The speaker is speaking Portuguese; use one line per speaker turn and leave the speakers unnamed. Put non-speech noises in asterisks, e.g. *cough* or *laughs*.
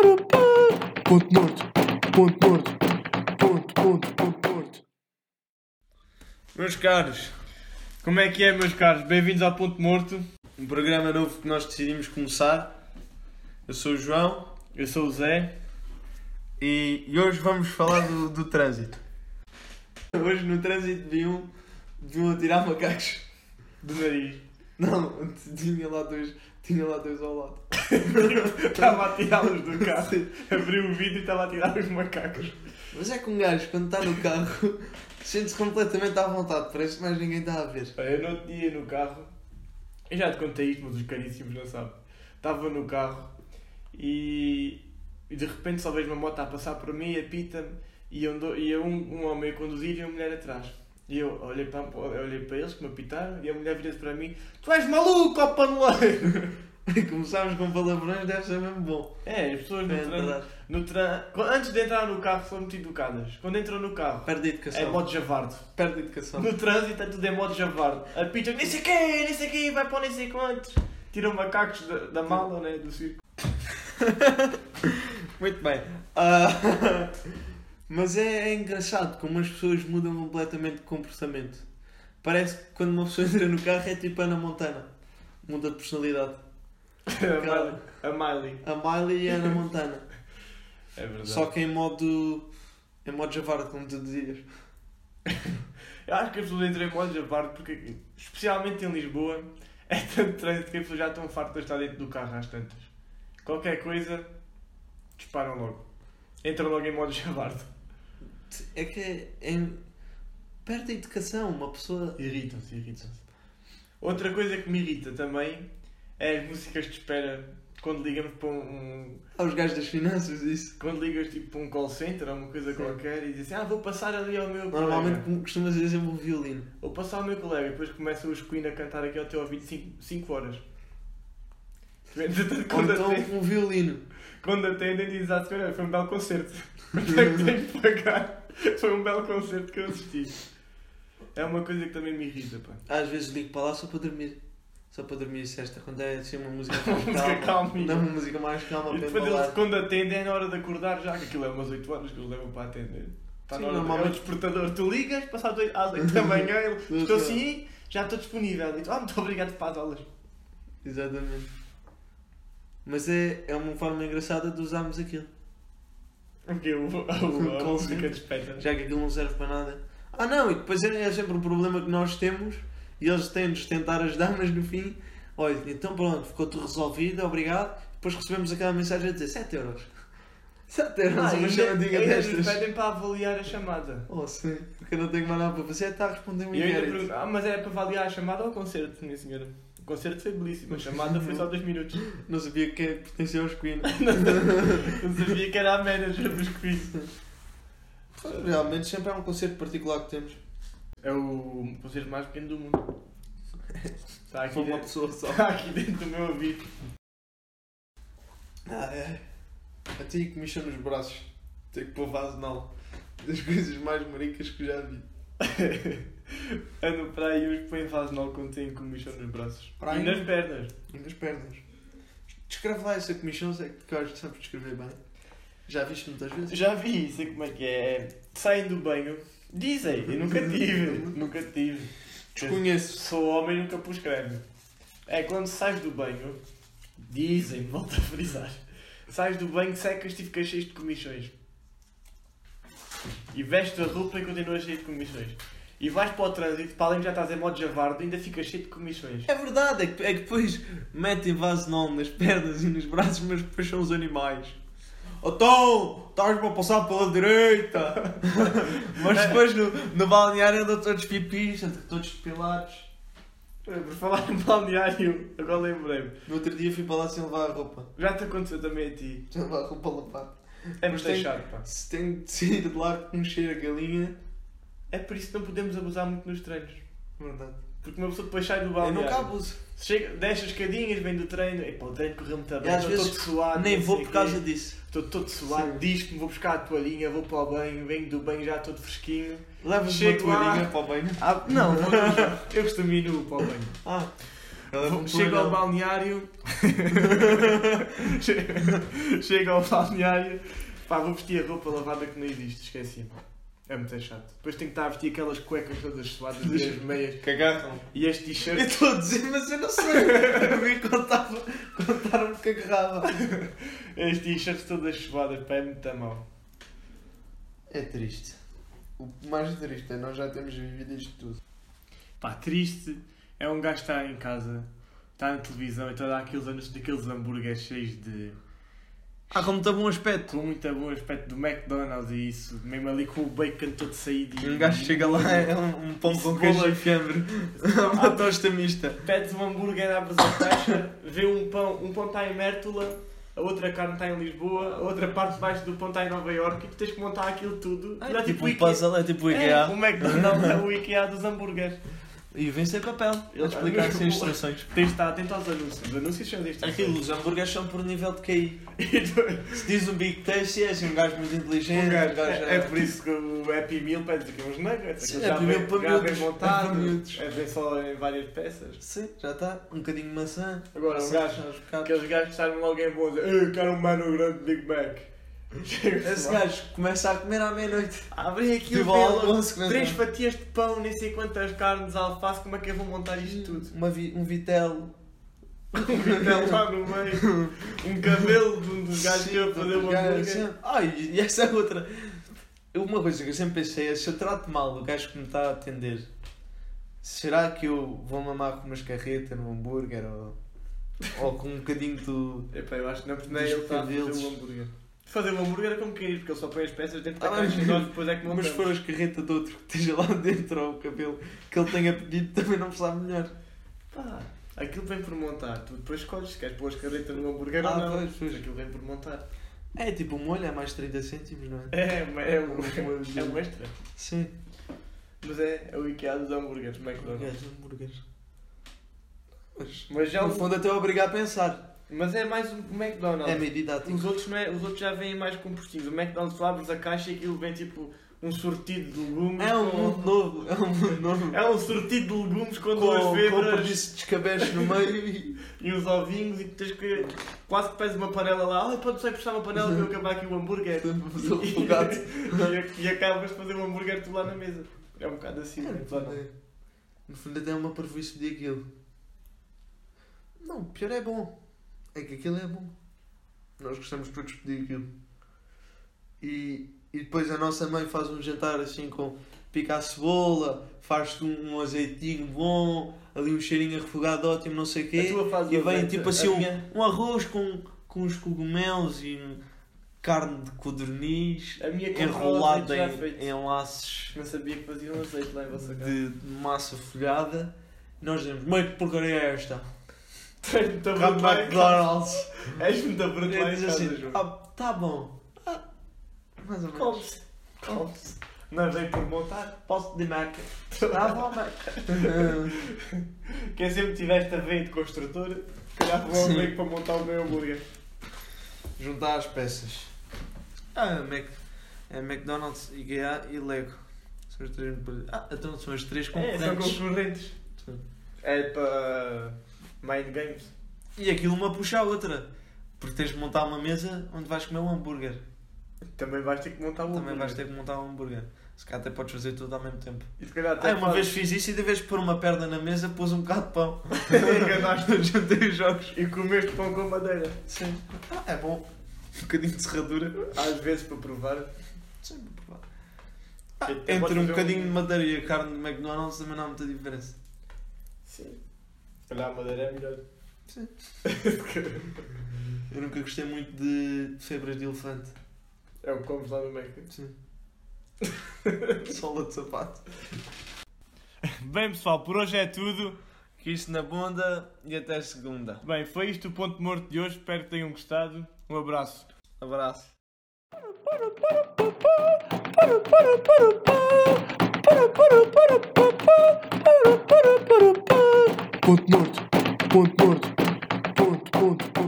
Ponto morto, ponto morto, ponto, ponto, ponto morto.
Meus caros, como é que é, meus caros? Bem-vindos ao Ponto Morto, um programa novo que nós decidimos começar. Eu sou o João
Eu sou o Zé.
e, e hoje vamos falar do, do trânsito. Hoje no trânsito vi um, vi um a tirar macacos.
Do nariz. *laughs*
Não, tinha lá dois, tinha lá dois ao lado.
Estava a tirá-los do carro.
Sim.
Abriu o vidro e estava a tirar os macacos.
Mas é que um gajo, quando está no carro, *laughs* sente-se completamente à vontade, parece que mais ninguém está a ver. *laughs*
Olha, eu no outro dia no carro. Eu já te contei isto, mas os caríssimos não sabem. Estava no carro e, e de repente só vejo uma moto a passar por mim, apita-me e, andou- e eu, um, um homem a conduzir e uma mulher atrás. E eu olhei para, eu olhei para eles que me apitaram e a mulher vira-se para mim: Tu és maluco, ó paneleiro!
Começámos com palavrões, deve ser mesmo bom.
É, as pessoas no
É
trânsito.
verdade.
No tra... Qu- Antes de entrar no carro são muito educadas. Quando entram no carro
Perde a
é
educação.
modo javardo.
Perde a educação.
No trânsito é tudo em modo javardo. Apitam nem sei quem, nem sei quem, vai para o nem sei quantos. Tiram macacos da, da mala, né? Do circo. *laughs*
Muito bem. Ah, *laughs* mas é, é engraçado como as pessoas mudam completamente de comportamento. Parece que quando uma pessoa *laughs* entra no carro é tipo Ana Montana. Muda de personalidade.
É A Miley. A Miley.
A Miley e a Ana Montana.
É *laughs* verdade.
Só que em modo. em modo javardo, como tu dizias.
Eu acho que as pessoas entram em modo javardo porque, especialmente em Lisboa, *laughs* é tanto trânsito que as pessoas já estão fartas de estar dentro do carro às tantas. Qualquer coisa, disparam logo. Entram logo em modo javardo.
É que é. é- perde a educação. Uma pessoa.
*laughs* Irritam-se, irritam-se. Outra coisa que me irrita também é as músicas de espera quando ligamos para um.
aos gajos das finanças, isso.
Quando ligas tipo para um call center ou uma coisa
Sim.
qualquer e dizem ah vou passar ali ao meu
Normalmente
colega.
como costumas dizer sempre um violino.
Vou passar ao meu colega e depois começa os Queen a cantar aqui ao teu ouvido 5 horas.
Ou
Quando, assim.
então
atendem,
um violino.
quando atendem dizem à senhora foi um belo concerto. *laughs* Quanto é que tenho de pagar? *laughs* Foi um belo concerto que eu assisti. É uma coisa que também me irrita, pá.
Às vezes ligo para lá só para dormir. Só para dormir sexta, quando é assim uma
*laughs*
música
Uma
mais
música
calma.
calminha.
Não, é uma música mais calma
E
para
depois eles,
embalar.
quando atendem, é na hora de acordar já, que aquilo é umas 8 horas que eles levam para atender. Está
Sim,
na hora
normalmente-
de... É o despertador, tu ligas, passado oito- às 8 da manhã,
*laughs*
ele, estou sim, já estou disponível. E tu, ah, muito obrigado para as aulas.
Exatamente. Mas é, é uma forma engraçada de usarmos aquilo.
Porque o, *laughs* o, a
Como
música
sim.
desperta.
Já *laughs* que aquilo não serve para nada. Ah não, e depois é, é sempre um problema que nós temos e eles têm-nos tentar ajudar, mas no fim, olha, então pronto, ficou tudo resolvido, obrigado. Depois recebemos aquela mensagem a dizer 7 euros. *laughs* 7 euros,
Ah,
uma
ainda,
chamadinha
ainda nos
destas.
pedem para avaliar a chamada.
Oh sim, porque eu não tenho mais nada para fazer, está a responder um
E eu ainda
inquérito.
pergunto, ah, mas era para avaliar a chamada ou o concerto, minha senhora? O concerto foi belíssimo, a chamada foi só
*laughs*
2 minutos.
Não sabia que pertencia aos Queen.
Não sabia que era a manager dos quiz.
Realmente sempre é um concerto particular que temos.
É o concerto mais pequeno do *laughs* mundo. Está aqui é-
Foi uma
dentro.
pessoa só.
Está *laughs* aqui dentro do meu ouvido. *laughs*
Ah, é. A ti que me chama os braços. Tenho que pôr vaso não. Das coisas mais maricas que já vi.
Ando para aí e os põem faz mal quando têm comichão nos braços.
Para aí?
E nas pernas.
E nas pernas. Descreve lá essa comichão, sei que eu acho que sabes descrever bem. Já viste muitas vezes?
Já vi isso, como é que é? Saem do banho. Dizem, eu *laughs* nunca tive, nunca tive.
Desconheço.
Sou homem e nunca pus creme. É quando sais do banho, dizem, *laughs* volto a frisar. Sais do banho, secas e ficas cheio de comichões. E veste a roupa e continuas cheio de comichões. E vais para o trânsito, para além de já estás em modo javardo, ainda ficas cheio de comichões.
É verdade, é que, é que depois metem vaso não nas pernas e nos braços, mas depois são os animais. Então, estás para passar pela
*laughs*
direita! mas depois no, no balneário andam todos pipis, andam todos depilados.
Eh, Por falar *laughs* em balneário, agora lembrei-me.
No outro dia fui para lá sem levar a roupa.
Já te aconteceu também a ti.
Sem levar a roupa lavada.
É
Mas
muito
tem-
chato, pá.
Se tenho de sair de lá que me cheira a galinha.
É por isso que não podemos abusar muito nos treinos.
Verdade.
Porque uma pessoa depois sai do
Eu
balneário.
nunca abuso.
Se Chega, desce as cadinhas, vem do treino. Epá, o treino correu muito bem.
às
Estou todo
vezes
suado.
Nem
não
vou
sei
por
o
causa
quê.
disso.
Estou todo suado.
Sim.
Diz-me, vou buscar a toalhinha, vou para o banho. Venho do banho já todo fresquinho.
Levas uma
Chego lá.
toalhinha para o banho.
Ah, não, *laughs* eu costumo ir nu para o banho.
Ah,
Vou- Chego ao *laughs* balneário. Che- Chego ao balneário. Pá, vou vestir a roupa lavada que não existe, esqueci-me. É muito chato. Depois tenho que estar a vestir aquelas cuecas todas suadas e as meias.
Cagarram.
E este
Eu
t-shirt.
estou a dizer, mas eu não sei. Eu vi contava, contaram-me que agarrava.
As t-shirts todas suadas, pá, é muito mal.
É triste. O mais triste é nós já temos vivido isto tudo.
Pá, triste. É um gajo que está em casa, está na televisão e está a dar aqueles anúncios daqueles hambúrgueres cheios de.
Ah, como está bom aspecto.
com muito bom aspecto do McDonald's e isso, mesmo ali com o bacon todo saído. e-
Um gajo chega lá, é um, um pão com
Cebola.
queijo e *laughs* fiambre. Uma tosta mista.
Pedes um hambúrguer, abres a caixa, vê um pão, um pão está em Mértola, a outra carne está em Lisboa, a outra parte de baixo do pão está em Nova Iorque e tu tens que montar aquilo tudo.
Ah,
Dá
é tipo
o
um
Ikea.
puzzle, é tipo o
É, o
IKEA.
McDonald's é o IKEA dos hambúrgueres.
E vem sem papel. Ele
Ah,
explica *laughs*
mesmo.
assim as instruções.
Tens de estar atento aos anúncios. Os anúncios são destes.
Aquilo, os hambúrgueres são por nível de KI. Se diz um Big Tasty, és um gajo muito inteligente. Um gajo,
É, é por isso que o Happy Meal pede aqui uns nuggets.
Sim,
aquilo já
Happy
vem-
Meal para
já vem
miúdos, para miúdos.
montado. É bem só em várias peças.
Sim, já está. Um bocadinho de maçã. Assim,
Agora, um
Maçã,
gajo
aos bocados.
Aqueles gajos que sabem logo em boa dizer Eu quero um mano grande Big Mac *laughs*
Esse gajo começa a comer à meia-noite.
Abri aqui
Tipo, ao almoço, não é?
Três fatias de pão, nem sei quantas carnes, alface Como é que eu vou montar isto tudo?
Uma vi- um vitelo.
Um vitelo lá no meio Um cabelo de um dos gajos que eu fazer uma hambúrguer
Ah, e e essa é outra. Uma coisa que eu sempre pensei é se eu trato mal o gajo que me está a atender, será que eu vou mamar com umas carretas no hambúrguer ou, ou com um bocadinho do.
Epá, eu acho que na primeira
Dos
ele está a fazer
cabelos.
um hambúrguer Fazer um hambúrguer é como querer, porque ele só põe as peças dentro da
Ah,
caixa
mas-
e nós depois é que
Mas
montamos
se for as carretas de outro que esteja lá dentro ou o cabelo que ele tenha pedido, também não sabe melhor.
Pá, aquilo vem por montar Tu depois escolhes se queres pôr as caretas no hambúrguer
Ah,
ou não
pois, pois.
Aquilo vem por montar
É tipo um molho, é mais 30 cêntimos, não é?
É, mas é um,
Hambúrguer.
é um extra.
Sim,
Mas é, é o IKEA dos hambúrgueres, McDonald's.
hambúrgueres, hambúrgueres. Mas,
Mas, já
no
o-
fundo, até obriga a pensar.
mas é mais o McDonald's.
É meio didático.
os, outros não é, os outros já vêm mais com postinhos. O McDonald's tu abres a caixa e aquilo vem tipo um sortido de legumes.
É um
com-
mundo novo, é um mundo novo.
É um sortido de legumes com,
com,
duas
com um
febras
perdiz de descabeche no meio e.
e uns ovinhos e tu tens que. Quase que pedes uma panela lá. Olha, pode só emprestar uma panela para eu acabar aqui o hambúrguer.
fazer um fogado.
e, e acabas de fazer o hambúrguer tu lá na mesa. É um bocado assim,
É, no fundo
McDonald's.
é- No fundo, até é uma prejuízo de aquilo. Não, pior é bom. É que aquilo é bom. Nós gostamos todos de pedir aquilo. E, e depois a nossa mãe faz um jantar assim com. Pica a cebola, faz-te um, um azeitinho bom, ali um cheirinho refogado ótimo, não sei o quê.
A tua faz
E
uma
vem
vez,
tipo
a
assim
minha-
um, um arroz com, com uns cogumelos e um- carne de codorniz
A minha comprou
enrolada
azeite já É feito.
em, em laços
Não sabia que faziam azeite
É
lá em vossa *laughs* casa.
de de massa folhada. E nós dizemos, mãe, que porcaria é esta?
Tens muita
Cá
bruto lá em casa.
McDonald's.
Então, És muita bruto
E
lá
ele
em
diz
casa,
assim,
João.
ah, tá bom. Ah, mais ou menos.
Come-se. Come-se. Não vem por montar.
Posso de *laughs* Mac? Tá bom, Mac.
Quem sempre tiveste a veia de construtor, calhar vou
Sim.
meio para montar o meu hambúrguer.
*laughs* Juntar as peças. Ah, Mac. É McDonald's, IKEA e Lego. São as três. Ah, então são as três
É, são
concorrentes.
concorrentes.
Sim.
É para Mind Games.
E aquilo uma puxa a outra. Porque tens de montar uma mesa onde vais comer um hambúrguer.
Também vais ter que montar o
Também
hambúrguer.
vais ter que montar um hambúrguer. Se calhar até podes fazer tudo ao mesmo tempo.
E se calhar até
Ah, uma
fazes-
vez fiz isso e de vez de pôr uma perna na mesa pôs um bocado de pão.
*laughs* Enganaste.
Juntei os jogos.
E comeste pão com madeira.
Sim. Ah, é bom. *laughs* Um bocadinho de serradura.
Às vezes para provar.
Sim, vou provar. Ah,
Ah, até podes
entre um
fazer
bocadinho
um- *laughs*
de madeira e a carne do McDonald's também não há muita diferença.
Sim. Se calhar a madeira é melhor.
Sim. Eu nunca gostei muito de febras de elefante.
É o que comes lá no Meca.
*laughs* Sim. Sola de sapato.
Bem pessoal, por hoje é tudo.
Quis na bunda e até segunda.
Bem, foi isto o ponto morto de hoje. Espero que tenham gostado. Um abraço.
Abraço.
Para, para, para, para, para, para, para, para,
Ponto morto. Ponto morto. Ponto, ponto, ponto.